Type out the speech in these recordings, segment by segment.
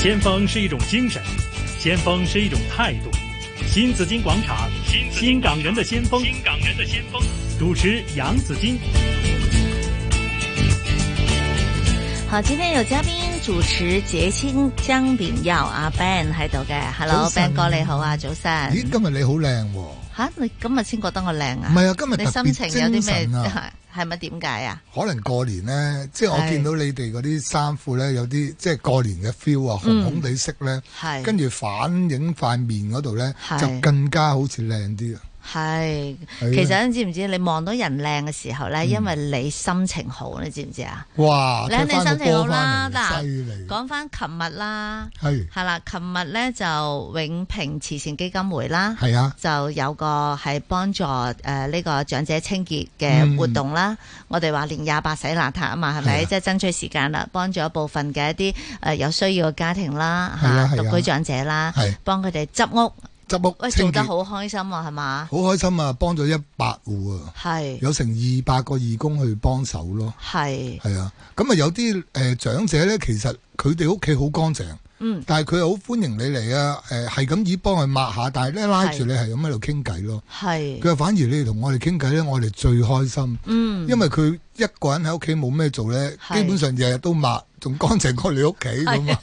先锋是一种精神，先锋是一种态度。新紫金广场，新新港人的先锋，新港人的先锋。主持杨紫金。好，今天有嘉賓主持謝清張炳耀阿 Ben 喺度嘅，Hello 早晨 Ben 哥你好啊，早晨。咦，今日你好靚喎！吓，你今日先覺得我靚啊？唔係啊今日你特別心情有啲精神咩 啊？係咪點解啊？可能過年呢，即係我係見到你哋嗰啲衫褲呢，有啲即係過年嘅 feel 啊，紅嗯紅地色呢，係跟住反映塊面嗰度呢，係就更加好似靚啲啊！係，係啊嗯其實你知唔知？你望到人靚嘅時候咧，因為你心情好，你知唔知啊？哇，靚睇你翻心個情好波啦翻，嚟，嗱犀利，講翻琴日啦，係係啦，琴日咧就永平慈善基金會啦。係啊，就有個係幫助呃誒呢、個長者清潔嘅活動啦。我哋話年廿八洗邋遢啊嘛，係咪？嗯係啊即係爭取時間啦，幫助一部分嘅一啲誒、呃有需要嘅家庭啦，係啊嚇係啊獨居長者啦，係幫佢哋執屋，執屋喂清做得潔，好好開心啊，係嘛？開心啊！幫咗一百戶啊，係有成二百個義工去幫手咯，係係啊。咁啊，有啲誒長者呢，其實佢哋屋企好乾淨。嗯但係佢好歡迎你嚟啊！誒係咁以幫佢抹下，但係咧拉住你係咁喺度傾偈咯。係佢話反而你哋同我哋傾偈咧，我哋最開心，嗯 因為佢一個人喺屋企冇咩做咧，係基本上日日都抹，仲乾淨過你屋企咁啊！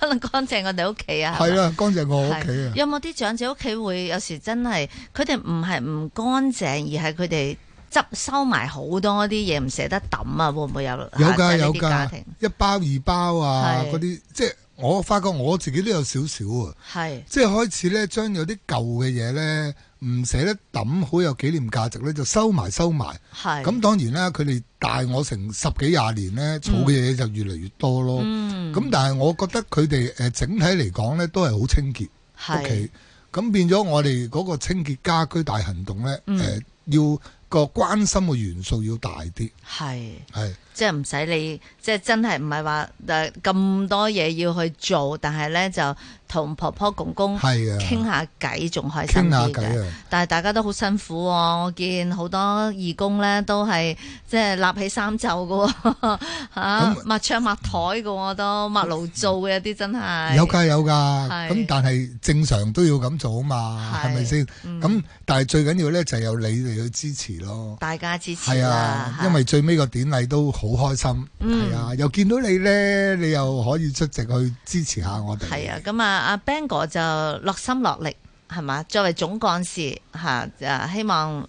可能乾淨我哋屋企啊，係啦。 啦，乾淨過我屋企啊！有冇啲長者屋企會有時真係佢哋唔係唔乾淨，而係佢哋執收埋好多啲嘢唔捨得抌啊？會唔會有有即係㗎呢有啲家㗎庭，一包二包啊係嗰啲，即係我發覺我自己都有少少啊，係即係開始咧將有啲舊嘅嘢咧唔捨得抌，好有紀念價值咧，就收埋收埋。係咁當然啦，佢哋大我成十幾廿年呢，儲嘅嘢就越嚟越多咯。咁、嗯但係我覺得佢哋誒整體嚟講呢，都係好清潔屋係企。咁變咗我哋嗰個清潔家居大行動呢，誒、呃嗯要個關心嘅元素要大啲，係係即係唔使你即係真係唔係話誒咁多嘢要去做，但係咧就同婆婆公公係啊，傾下偈仲開心傾下啲嘅。偈啊，但係大家都好辛苦喎、我見好多義工咧都係即係立起衫袖嘅喎， 嚇咁抹窗抹台嘅喎都抹爐灶嘅有啲真係有㗎有㗎。係咁但係正常都要咁做啊嘛，係係咪先？咁、嗯但係最緊要呢，就由你哋去支持咯。大家支持係啦啊，，嚇因為最尾個典禮都好開心，係、嗯啊，又見到你呢，你又可以出席去支持下我哋。係啊，咁啊，阿 Bang 哥就落心落力。係嘛？作為總幹事嚇，誒、希望誒、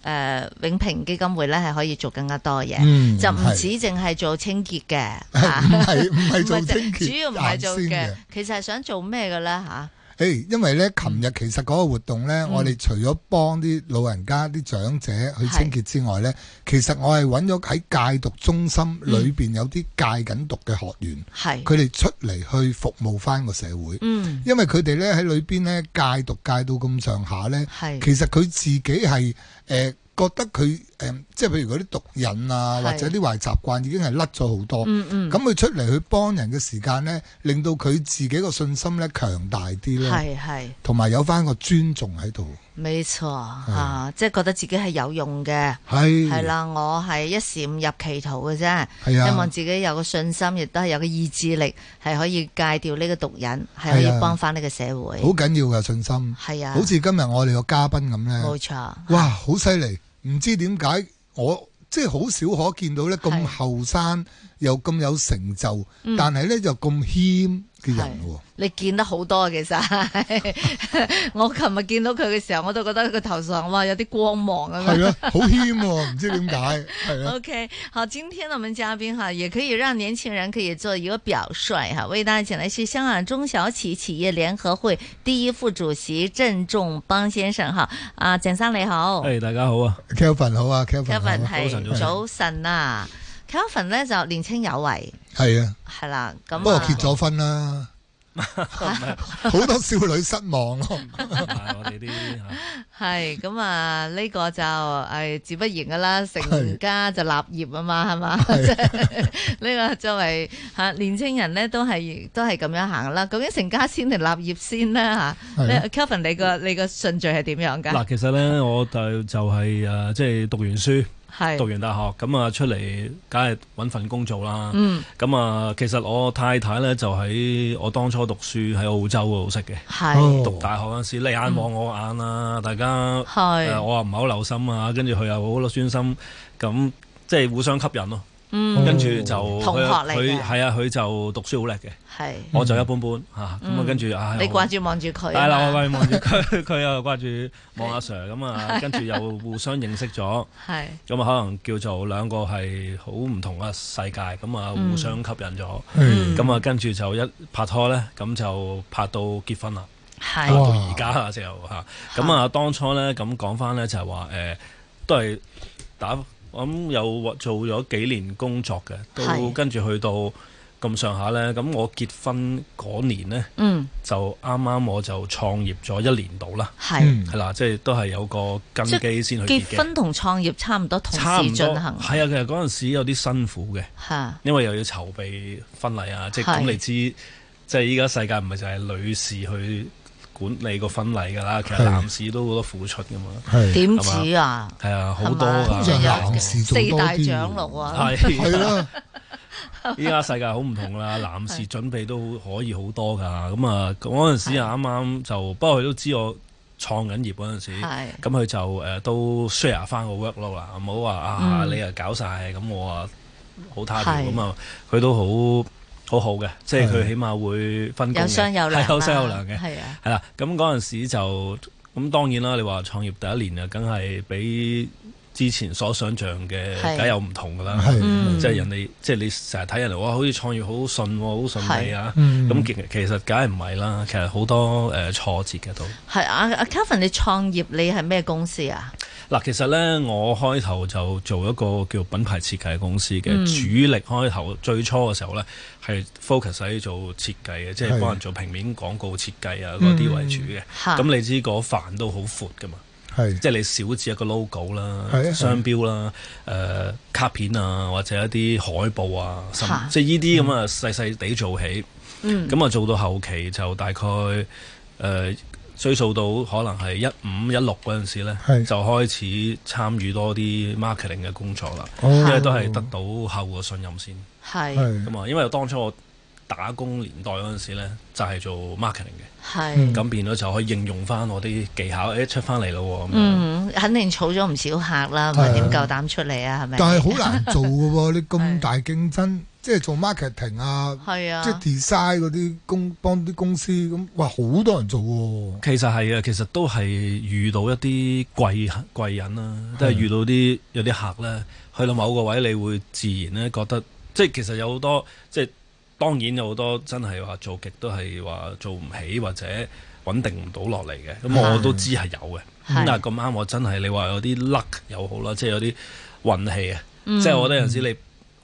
永平基金會咧係可以做更加多嘢，嗯就唔係 止淨係做清潔嘅嚇唔係唔係 做唔係清淨潔主要唔係做行先嘅，其實係想做咩嘅咧嚇？誒，因為咧，琴日其實嗰個活動咧，嗯我哋除咗幫啲老人家、啲長者去清潔之外咧，其實我係揾咗喺戒毒中心嗯裏邊有啲戒緊毒嘅學員，係、佢哋出嚟去服務翻個社會，嗯因為佢哋咧喺裏邊咧戒毒戒到咁上下咧，係其實佢自己係誒、呃、覺得佢誒、呃即係譬如嗰啲毒癮啊，係或者啲壞習慣已經係甩咗好多。嗯嗯咁佢、出嚟去幫人嘅時間呢，令到佢自己個信心呢強大啲咯，係係，同埋有翻個尊重喺度。冇錯啊！即係覺得自己係有用嘅，係係，啦，我係一時誤入歧途嘅啫。嗯係啊希望自己有個信心，亦都係有個意志力，係可以戒掉呢個毒癮，係可係以啊幫翻呢個社會好。緊要嘅信心。係啊，好似啊今日我哋個嘉賓咁呢，冇錯，哇，好犀利！唔知點解我即係好少可見到呢係嗯咁後生又咁有成就，但係呢就咁謙嘅人喎。你見得好多其實。 我琴日見到佢嘅時候，我都覺得佢頭上哇有啲光芒咁樣係。咯，好謙喎，唔知點解，係啊 咯。 OK，好，今天呢我们嘉宾哈，也可以让年轻人可以做一个表率哈。为大家请来是香港中小企企业联合会第一副主席郑仲邦先生哈。啊，郑生你好誒，大家好啊！ Kelvin 好啊，Kelvin 好，Kevin 啊早晨系早晨早晨啊，Kevin 呢就年青有為係啊，係啦，咁不啊過結咗婚啦。好多少女失望咯，同哎埋我 哋啲 嚇係咁啊，呢個就誒自不然噶啦，成係家就立業啊嘛，係嘛？即係呢個作為嚇年青人咧，都係都係咁樣行啦。究竟成家先定立業先咧嚇係你啊？Kevin，你個你個順序係點樣㗎？呃嗱，其實咧我就就係誒，即係讀完書，係讀完大學咁啊出嚟，梗係揾份工做啦。嗯咁啊，其實我太太咧就喺我當初讀書喺澳洲嗰度識嘅，係哦讀大學嗰陣時，你眼望我眼啊，大家誒係我又唔係好留心啊，跟住佢又好專心，咁即係互相吸引咯。嗯跟住就同學嚟嘅佢係啊，佢就讀書好叻嘅，係我就一般般嚇。啊咁啊嗯，跟住啊，唉你掛住望住佢係啦，啊我嘛，喂望住佢， 佢又掛住望阿 Sir 咁啊，跟住又互相認識咗，係咁啊可能叫做兩個係好唔同嘅世界，咁啊嗯互相吸引咗，嗯咁啊跟住就一拍拖咧，咁就拍到結婚啦，哦拍係到哇而家啊就嚇，咁啊當初咧咁講翻咧就係話誒，都係打我諗有做咗幾年工作嘅，都係跟住去到咁上下咧，咁我結婚嗰年咧。嗯就啱啱我就創業咗一年到啦，嗯係係啦，即係都係有個根基先去結嗯結嘅，婚同創業差唔多同差時唔多進行係啊，其實嗰陣時有啲辛苦嘅，嚇因為又要籌備婚禮啊，即係係咁你知，即係依家世界唔係就係女士去管理個婚禮㗎啦，其實係男士都好多付出㗎嘛，係點止啊？係啊，好係多嘛㗎通仲常有 男係士做四多大啲長老啊，係啊。啦，依家世界好唔同 啦，男士準備都可以好多㗎，咁啊嗰陣時啊啱啱就，不過佢都知我創緊業嗰陣時，咁係佢就誒、呃都 share 翻個 workload 啦，唔好話啊嗯你又搞晒，咁我啊好他條係咁啊，佢都好好好嘅，即係係佢起碼會分工嘅有商有量係啊，有商有量嘅，係啊，係啦，咁嗰陣時就咁當然啦，你話創業第一年啊，梗係比之前所想像嘅係梗有唔同㗎啦。係，嗯即係人哋，即係你成日睇人哋，哇！好似創業好順喎，好順利啊！嗯咁其其實梗係唔係啦，其實好多誒、呃挫折嘅都。係啊，阿 Kevin，你創業你係咩公司啊？嗱，其實呢，我開頭就做一個叫品牌設計公司嘅、嗯主力。開頭最初嘅時候呢，係 focus 喺做設計嘅，即係係幫人做平面廣告設計啊嗰啲為主嘅。嚇咁、你知嗰範都好闊噶嘛？係即係你少至一個 logo 係啦、啊商標啦、誒、卡片啊，或者一啲海報啊，甚嚇即係呢啲咁啊細細地做起，嗯咁啊做到後期就大概誒、呃追溯到可能係一五一六嗰陣時咧，係就開始參與多啲 marketing 嘅工作啦，哦因為都係得到客戶嘅信任先。係係咁啊，因為當初我打工年代嗰陣時咧，就係、做 marketing 嘅，係嗯咁變咗就可以應用翻我啲技巧，誒、出翻嚟咯喎咁樣。嗯，肯定儲咗唔少客啦，咪係啊點夠膽出嚟啊？係咪？但係好難做嘅喎，你係咁大競爭，即係做 marketing 啊，係啊即，係 design 嗰啲公幫啲公司咁，哇好多人做喎，其實係啊，其實都係遇到一啲貴貴人啦，嗯都係係遇到啲有啲客咧，去到某個位，你會自然咧覺得，即係其實有好多，即係當然有好多真係話做極都係話做唔起或者穩定唔到落嚟嘅，咁我係都知係有嘅。咁係但係咁啱，我真係你話有啲 luck 又好啦，即係有啲運氣啊，嗯即係我覺得有陣時你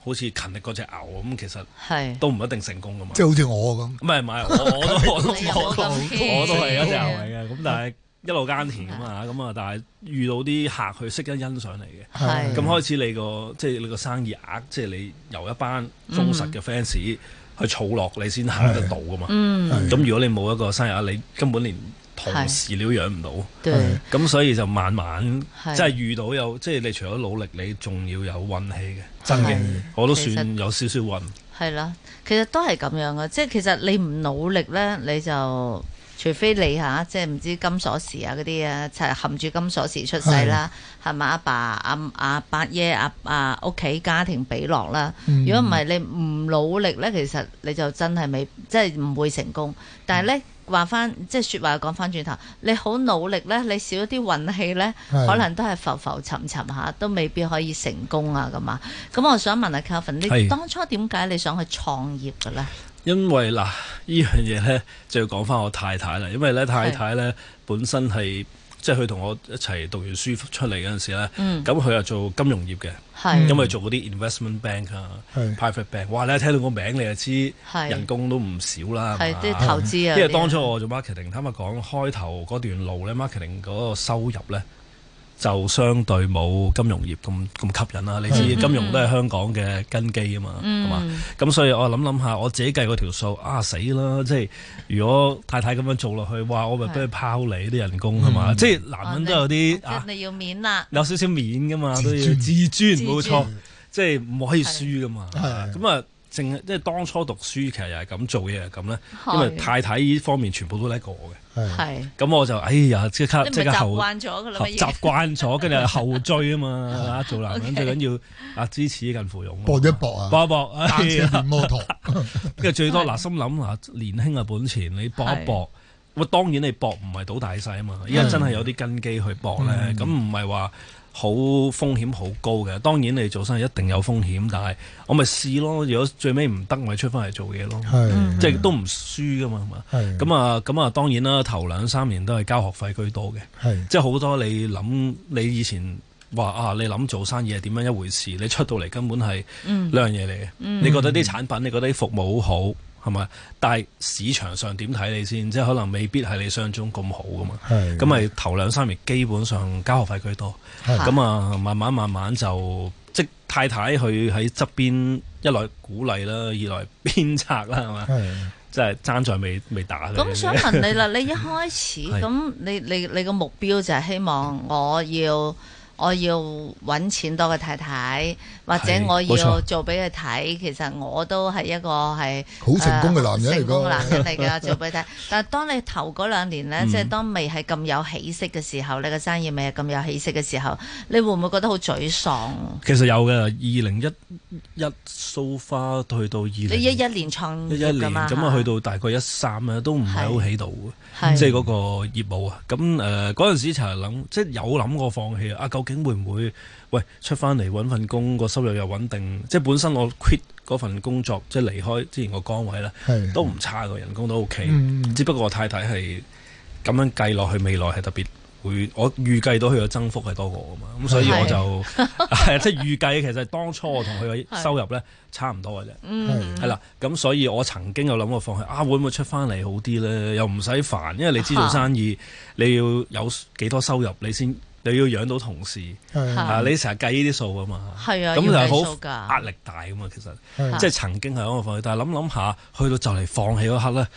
好似勤力嗰只牛咁，其實係都唔一定成功噶嘛。即係好似我咁，唔係唔係，我我都我都 你有冇我都咁偏 我都係一隻牛嚟嘅，咁但係一路耕田啊嘛，咁啊，但係遇到啲客佢識得欣賞你嘅，係咁開始你個即係你個生意額，即係你由一班忠實嘅 fans 去儲落，你先行得到噶嘛。嗯，係咁如果你冇一個生意額，你根本連同事料養唔到，對，咁所以就慢慢係即係遇到有，即係你除咗努力，你仲要有運氣嘅，真嘅係，我都其實算有少少運。係啦，其實都係咁樣嘅，即係其實你唔努力咧，你就除非你吓，即係唔知金鎖匙啊嗰啲啊，就係含住金鎖匙出世啦，係咪阿爸阿阿伯爺阿阿屋企家庭俾落啦。嗯如果唔係你唔努力咧，其實你就真係未，即係唔會成功。但嗯係咧話翻，即係説話講翻轉頭，你好努力咧，你少一啲運氣咧，係可能都係浮浮沉沉下，都未必可以成功啊咁啊。咁我想問阿 Calvin，你係嗯當初點解你想去創業嘅咧？因為嗱，呢樣嘢呢，就要講翻我太太啦。因為咧太太呢，本身係即係佢同我一齊讀完書出嚟嗰陣時咧，嗯咁佢又做金融業嘅，係因為做嗰啲 investment bank 啊、係 private bank。哇！你一聽到個名你就知係人工都唔少啦，係係啲嘛投資啊，因為當初我做 marketing，坦白講，開頭嗰段路呢 m a r k e t i n g 嗰個收入呢，就相對冇金融業咁咁吸引啦。你知嗯金融都係香港嘅根基啊嘛，係嘛、嗯咁所以我諗諗下，我自己計嗰條數啊死啦！即係如果太太咁樣做落去，哇！我咪俾佢拋離啲人工係嘛？嗯即係男人都有啲哦真啊，係要面啦，有少少面噶嘛，都要自尊自尊，自冇錯尊。即係唔可以輸噶嘛。係咁啊，淨係即係當初讀書其實又係咁，做嘢又係咁咧，因為係太太呢方面全部都叻過我嘅，係係，咁我就哎呀即刻你即咪刻習後。慣咗噶啦嘛，已經習慣咗，跟住又後 追啊嘛，啊做男人 OK 最緊要啊支持近乎勇，搏一搏啊，搏一搏，哎單車呀變 摩托，跟住最多係嗱，心諗嗱，年輕嘅啊本錢，你搏一搏。喂，當然你搏唔係賭大細啊嘛，依家真係有啲根基去搏咧，咁唔係話好風險好高嘅。當然你做生意一定有風險，但係我咪試咯。如果最尾唔得，咪出翻嚟做嘢咯，嗯係嗯即係都唔輸噶嘛，係嘛？係咁啊，咁啊，當然啦，頭兩三年都係交學費居多嘅。係即係好多你諗，你以前話啊，你諗做生意係點樣一回事，你出到嚟根本係嗯兩樣嘢嚟嘅。你覺得啲產品，你覺得啲服務好好，係咪？但係市場上點睇你先？即係可能未必係你想像中咁好噶嘛。係咁啊咪頭兩三年基本上交學費居多，係咁啊慢慢慢慢就即太太佢喺側邊一來鼓勵啦，二來鞭策啦，係嘛？係即係爭在未未打佢。咁想問你啦， 你一開始係咁，你你你個目標就係希望我要我要揾錢多過太太，或者係我冇要錯做俾佢睇，其實我都係一個係好成功嘅男呃人嚟成功嘅男講，人嚟 㗎，做俾佢睇。但係當你頭嗰兩年呢，嗯即係當未係咁有起色嘅時候，你個生意未係咁有起色嘅時候，你會唔會覺得好沮喪？其實有嘅，二零一一 so far 去到二你零一一年創一一業年㗎嘛咁啊，去到大概一三啊咧，都唔係好起到嘅，係即係嗰個業務啊。咁誒嗰陣時就係諗，即係有諗過放棄啊。究竟會唔會喂出翻嚟揾份工，個收入又穩定？即係本身我 quit 嗰份工作，即係離開之前個崗位咧，係都唔差嘅，人工都 OK。嗯只不過我太太係咁樣計落去，未來係特別會，我預計到佢嘅增幅係多過我嘛，咁所以係我就 係即係預計，其實當初我同佢嘅收入咧差唔多嘅啫，嗯係啦，咁所以我曾經有諗過放棄，啊會唔會出翻嚟好啲咧？又唔使煩，因為你知道嚇生意啊你要有幾多收入，你先你要養到同事嗯係啊，你成日計呢啲數啊嘛，係啊，咁就要係計數好㗎壓力大啊噶嘛，其實。係即係曾經係咁嘅放棄，但係諗諗下，去到就嚟放棄嗰刻呢，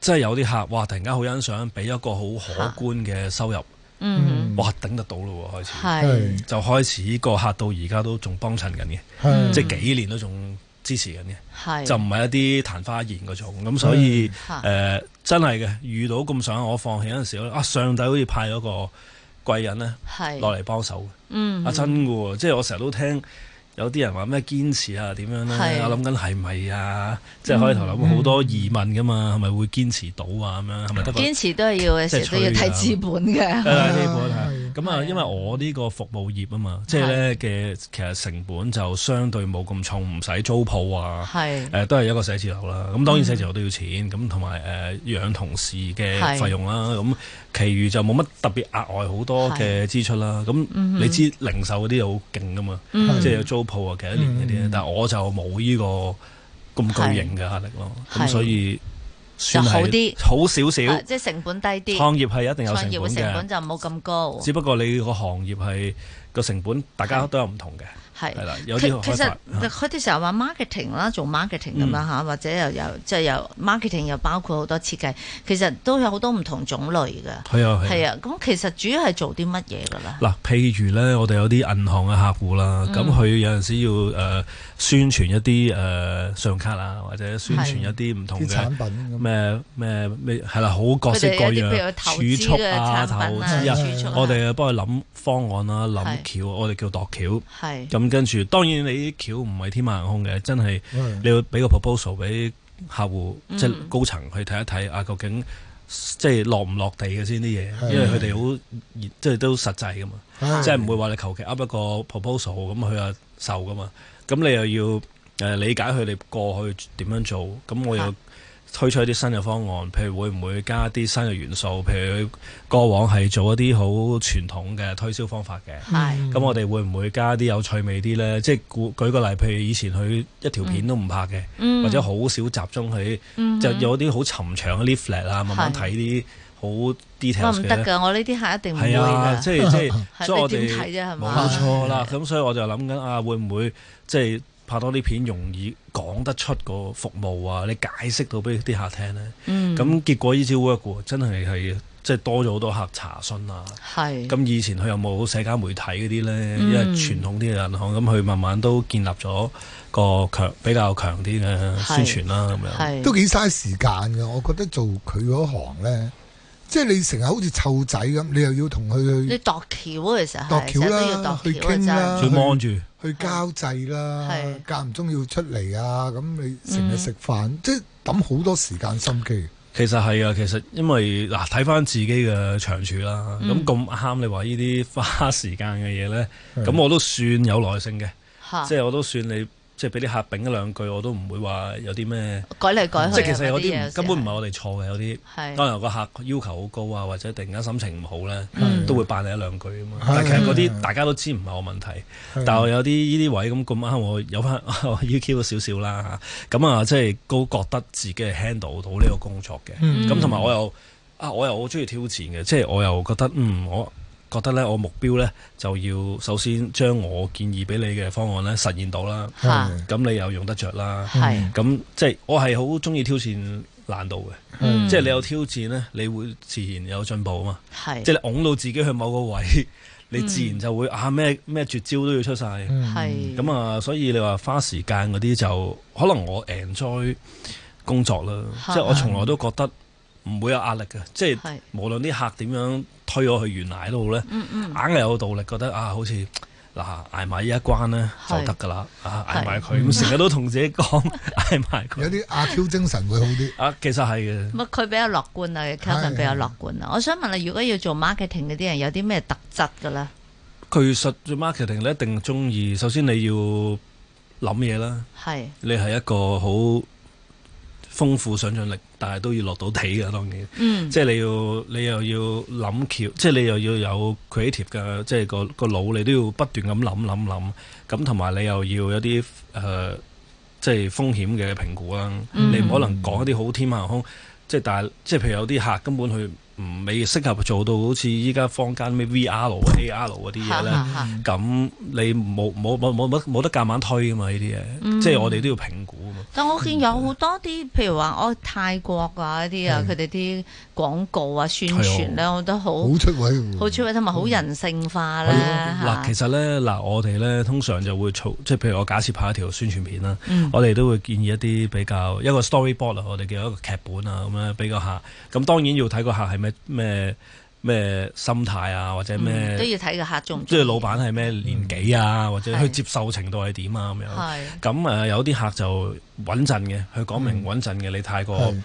即係有啲客哇，突然間好欣賞，俾一個好可觀嘅收入，嗯，哇，頂得到咯喎，開始係。係就開始個客到而家都仲幫襯緊嘅，嗯係即係幾年都仲支持緊嘅，係就唔係一啲曇花一現嗰種，咁所以誒、嚇呃真係嘅，遇到咁想我放棄嗰陣時候啊上帝好似派咗個貴人呢係落嚟幫手嘅。嗯啊真嘅喎，即係我成日都聽有啲人話咩堅持啊點樣係咧，我諗緊係咪啊？即係開頭諗好多疑問噶嘛，係咪會堅持到啊？咁樣係咪得嗯個？堅持都係要嘅，即係時都要睇資本嘅。係啦呢係本係咁係啊啊，因為我呢個服務業啊嘛，即係咧嘅其實成本就相對冇咁重，唔使租鋪啊，係誒都係一個寫字樓啦。咁嗯當然寫字樓都要錢，咁同埋誒呃養同事嘅係費用啦。咁其餘就冇乜特別額外好多嘅支出啦。咁嗯哼你知零售嗰啲好勁噶嘛？嗯即係有租鋪啊，幾多年嗰啲咧嗯，但係我就冇呢個咁巨型嘅壓力咯，係咁所以算係就好啲好少少。啊即係成本低啲，創業係一定有創成業嘅本成本嘅，就冇咁高。只不過你個行業係個成本，大家都有唔同嘅，係係啦，有其啲其開實發啊嗯佢哋成日話 marketing 啦，做 marketing 咁啦嚇，或者又有即係有 marketing 又包括好多設計，其實都有好多唔同種類嘅。係啊係係啊。啊，咁其實主要係做啲乜嘢㗎啦？嗱，譬如咧，我哋有啲銀行嘅客戶啦，咁嗯佢有陣時要誒宣傳一啲誒信用卡啊，或者宣傳一啲唔同啲嘅產品咁，咩咩咩係啦，好各佢式哋各有啲譬樣如投儲資蓄嘅啊、投產品資啊，啊。儲蓄啊我哋幫佢諗方案啦，諗橋，我哋叫度橋。係咁跟住，當然你啲橋唔係天馬行空嘅，真係係你要俾個 proposal 俾客戶，嗯即係高層去睇一睇啊，究竟即係落唔落地嘅先啲嘢，係因為佢哋好即係都實際噶嘛，係即係唔會話你求其噏一個 proposal 咁佢啊受噶嘛。咁你又要呃誒理解佢哋過去點樣做，咁我嚇又。推出一啲新嘅方案，譬如會唔會加啲新嘅元素？譬如佢過往係做一啲好傳統嘅推銷方法嘅，係咁我哋會唔會加啲有趣味啲呢？即係舉舉個例，譬如以前佢一條片都唔拍嘅，嗯或者好少集中喺，嗯就有啲好尋常嘅 leaflet 啊，慢慢係睇啲好哇唔得 details 嘅咧？嗯噶，我呢啲下一定唔會係啊，噶，即係即係，係所以你我點睇哋啫係嘛？冇錯啦。係咁所以我就諗緊啊，會唔會即係拍多啲片容易講得出個服務啊？你解釋到俾啲客聽咧？嗯咁、結果呢招 work 喎，真係係即係多咗好多客查詢啊。係咁以前佢又冇社交媒體嗰啲呢，嗯因為傳統啲嘅銀行，咁佢慢慢都建立咗個強比較強係啲嘅宣傳啦，咁樣。係都幾嘥時間嘅。我覺得做佢嗰行呢，即係你成日好似湊仔咁，你又要同佢你去度橋啊，其實度係橋成日都要啦，度去橋啊，真傾係啦，仲要去望住，去交際啦係，嗯間唔中要出嚟啊，咁你成日食飯，即係抌好多時間心機。其實係啊，其實因為嗱睇翻自己嘅長處啦，咁嗯咁啱你話呢啲花時間嘅嘢呢，咁係我都算有耐性嘅，嚇即係我都算你即係俾啲客揈一兩句，我都唔會話有啲咩，改嚟改去啊，即係其實嗰有嘢啲唔根本唔時係啊我哋錯嘅，有啲係當然有個客要求好高啊，或者突然間心情唔好呢。嗯都會扮你一兩句啊嘛。係但係其實係嗰啲大家都知唔係我問題，係但係有啲呢啲位咁咁啱，我 有翻我 EQ 咗少少啦嚇。咁啊，即係都覺得自己係 handle 到呢個工作嘅。嗯咁同埋我又啊，我又好中意挑戰嘅，即係我又覺得嗯，我覺得呢，我目標呢就要首先將我建議俾你嘅方案呢實現到啦。嚇係嗯咁你又用得着啦。係咁即係我係好中意挑戰難度嘅，嗯即係你有挑戰呢，你會自然有進步啊嘛。係即係你拱到自己去某個位，你自然就會啊咩咩絕招都要出晒。嗯係咁啊，所以你話花時間嗰啲就可能我 enjoy 工作啦，嚇即係我從來都覺得唔會有壓力嘅，即係係無論啲客點樣推我去懸崖都好咧，嗯嗯硬係有道理覺得啊，好似嗱捱埋呢一關咧就係得㗎啦，啊係嗯捱埋佢，咁成日都同自己講 捱埋嗯有佢，啲阿 Q 精神會好啲。啊其實係嘅。乜佢比較樂觀啊，Calvin 比較樂觀啊。我想問你，如果要做 marketing 嗰啲人，有啲咩特質㗎咧？其實做 marketing 你一定中意，首先你要諗嘢啦。係你係一個好豐富想像力，但係都要落到地嘅，當然。嗯即係你要，你又要諗橋，即係你又要有 creative 嘅，即係個個腦你都要不斷咁諗諗諗，咁同埋你又要有啲誒、呃即係風險嘅評估啊。嗯你唔可能講一啲好天馬行空，即係但係即係譬如有啲客根本佢唔未適合做到好似依家坊間咩 VR 啊、AR 嗰啲嘢嚇咧。嚇嚇咁你冇冇冇冇冇冇得夾硬推噶嘛？呢啲嘢，嗯即係我哋都要評估啊嘛。但我見有好多啲，譬如話我泰國啊嗰啲啊，係佢哋啲廣告啊、宣傳咧，我覺得好嗯好出嗯位喎，好出位，同埋好人性化咧嗱，啊嚇其。實咧，嗱，我哋咧通常就會做，即係譬如我假設拍一條宣傳片啦，嗯我哋都會建議一啲比較一個 storyboard 啊，我哋叫一個劇本啊，咁樣俾個客。咁當然要睇個客係咩咩咩心態啊，或者嗯都咩，要睇個客中唔中即意係老闆係咩年紀啊，或者係佢接受程度係點啊咁樣。係咁誒、有啲客就穩陣嘅，佢講嗯明穩陣嘅，你太過。係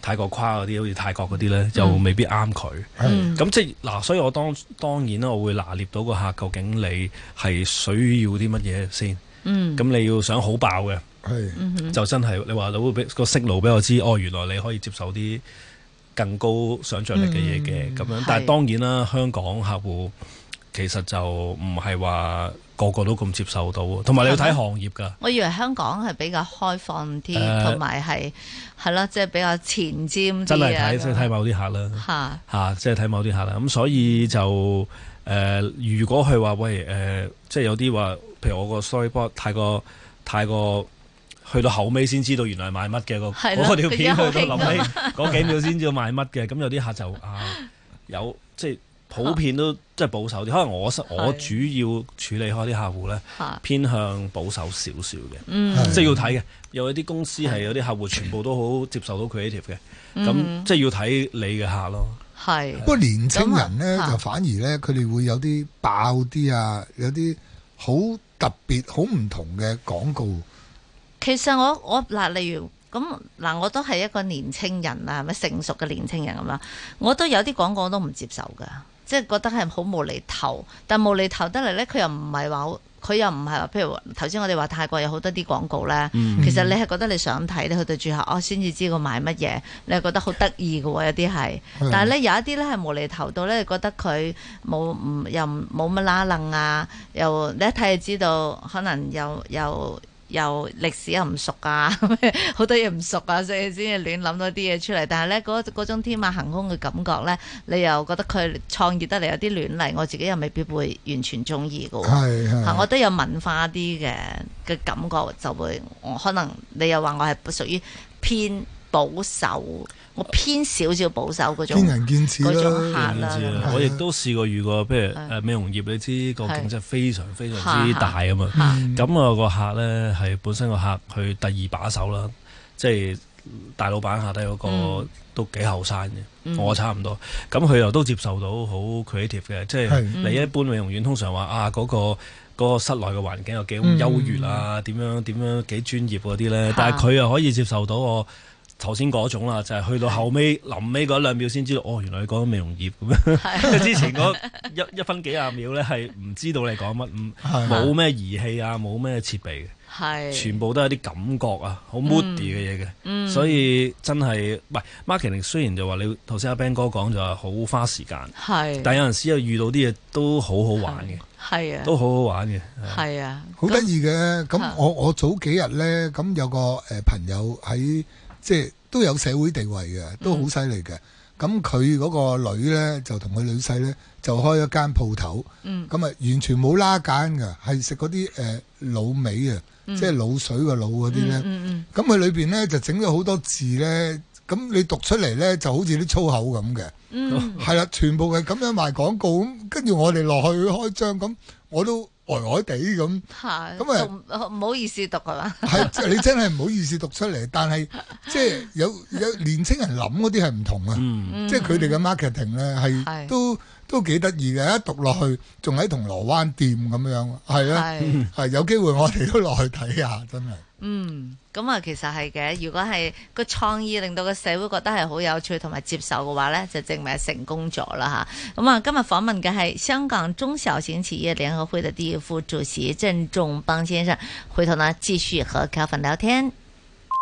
太過誇嗰啲，好似泰國嗰啲呢，又未必啱佢。係嗯咁、即係嗱，所以我當當然啦，我會拿捏到個客究竟你係需要啲乜嘢先。嗯咁你要想好爆嘅，係嗯哼就真係你話你會俾個息路俾我知，哦，原來你可以接受啲更高想像力嘅嘢嘅咁樣嗯係。但係當然啦，香港客戶其實就唔係話個個都咁接受到，同埋你要啊睇行業㗎。我以為香港係比較開放啲，誒同埋係係咯，即係比較前瞻呃真啲係啊睇即係睇某啲客啦。嚇嚇、即係睇某啲客啦。咁所以就誒、呃如果佢話喂誒、呃即係有啲話，譬如我個呃 storyboard 太過太過去到後尾先知道原來賣乜嘅個係啦嗰條片，去佢到而家好興啊臨尾嗰幾秒先知道賣乜嘅。咁有啲客就啊有即係普遍都即係保守啲。可能我我主要處理開啲客戶咧，嚇，偏向保守少少嘅。嗯係即係要睇嘅，有一啲公司係有啲客戶全部都好接受到 creative 嘅，咁、嗯即係要睇你嘅客咯。係不過年青人咁啊呢，嚇就反而呢，佢哋會有啲爆啲啊，有啲好特別、好唔同嘅廣告。其實我我嗱，例如咁嗱，我都係一個年青人啊啦，係咪成熟嘅年青人咁啦？我都有啲廣告我都唔接受㗎，即係覺得係好無厘頭。但無厘頭得嚟咧，佢又唔係話好，佢又唔係話，譬如頭先我哋話泰國有好多啲廣告咧，其實你係覺得你想睇，你去到最後哦先至知佢賣乜嘢，你係覺得好得意嘅喎，有啲係。嗯但係咧有一啲咧係無厘頭到咧，你覺得佢冇唔又唔冇乜拉楞啊，又你一睇就知道可能又又又歷史又唔熟啊， 好多嘢唔熟啊，所以先至亂諗到啲嘢出嚟。但係咧嗰嗰種天馬行空嘅感覺咧，你又覺得佢創意得嚟有啲亂嚟，我自己又未必會完全中意嘅喎。係係嚇，我都有文化啲嘅嘅感覺，就會我可能你又話我係屬於偏保守，我偏少少保守嗰種見。仁見智嗰種啦。客唔啦嗯知啊咁啦樣，我亦都試過遇過，譬如呃係誒美容業，你知個係競爭非常非常之大啊嘛。嚇咁啊個客咧係本身個客去第二把手啦，即係大老闆下低嗰個嗯都幾後生嘅。嗯我差唔多，咁佢又都接受到好 creative 嘅，即係係嗯你一般美容院通常話啊嗰、個嗰個室內嘅環境有幾咁嗯優越啊，點、樣點樣幾專業嗰啲咧嚇，但係佢又可以接受到我頭先嗰種啦，就係、去到後尾臨尾嗰兩秒先知道，哦原來你講緊美容業咁樣，係因為 之前嗰一一 分幾廿秒咧係唔知道你講乜，唔係冇咩儀器啊，冇咩設備嘅。係全部都係啲感覺啊，好 moody 嘅嘢嘅，嗯所以真係唔係 marketing 雖然就話你頭先阿 Ben 哥講就話好花時間，係但有陣時又遇到啲嘢都好好玩嘅，係啊，都好好玩嘅。係啊，好得意嘅。嚇咁我我早幾日呢，咁有個誒朋友喺即係都有社會地位嗯嘅，都好犀利嘅。咁佢嗰個女呢，就同佢女婿呢，就開咗間鋪頭，嗯咁啊完全冇拉間嘅，係食嗰啲誒滷味啊，即係滷水嘅滷嗰啲呢。嗯咁佢裏邊呢，就整咗好多字呢，咁你讀出嚟呢，就好似啲粗口咁嘅。嗯嗯係啦，全部係咁樣賣廣告，咁跟住我哋落去開張，咁我都呆呆地咁，係咁啊仲唔好意思讀係嘛？係即係你真係唔好意思讀出嚟，但係即係有有年青人諗嗰啲係唔同啊，嗯，嗯即係佢哋嘅 marketing 咧係係都都幾得意嘅，一讀落去仲喺銅鑼灣店咁樣，係啊，係。係有機會我哋都落去睇下，真係。嗯，咁啊，其實係嘅。如果係個創意令到個社會覺得係好有趣同埋接受嘅話呢，就證明係成功咗啦吓。咁啊，今日訪問嘅係香港中小型企業聯合會的第一副主席鄭仲邦先生。回頭呢，繼續和 Calvin 聊天。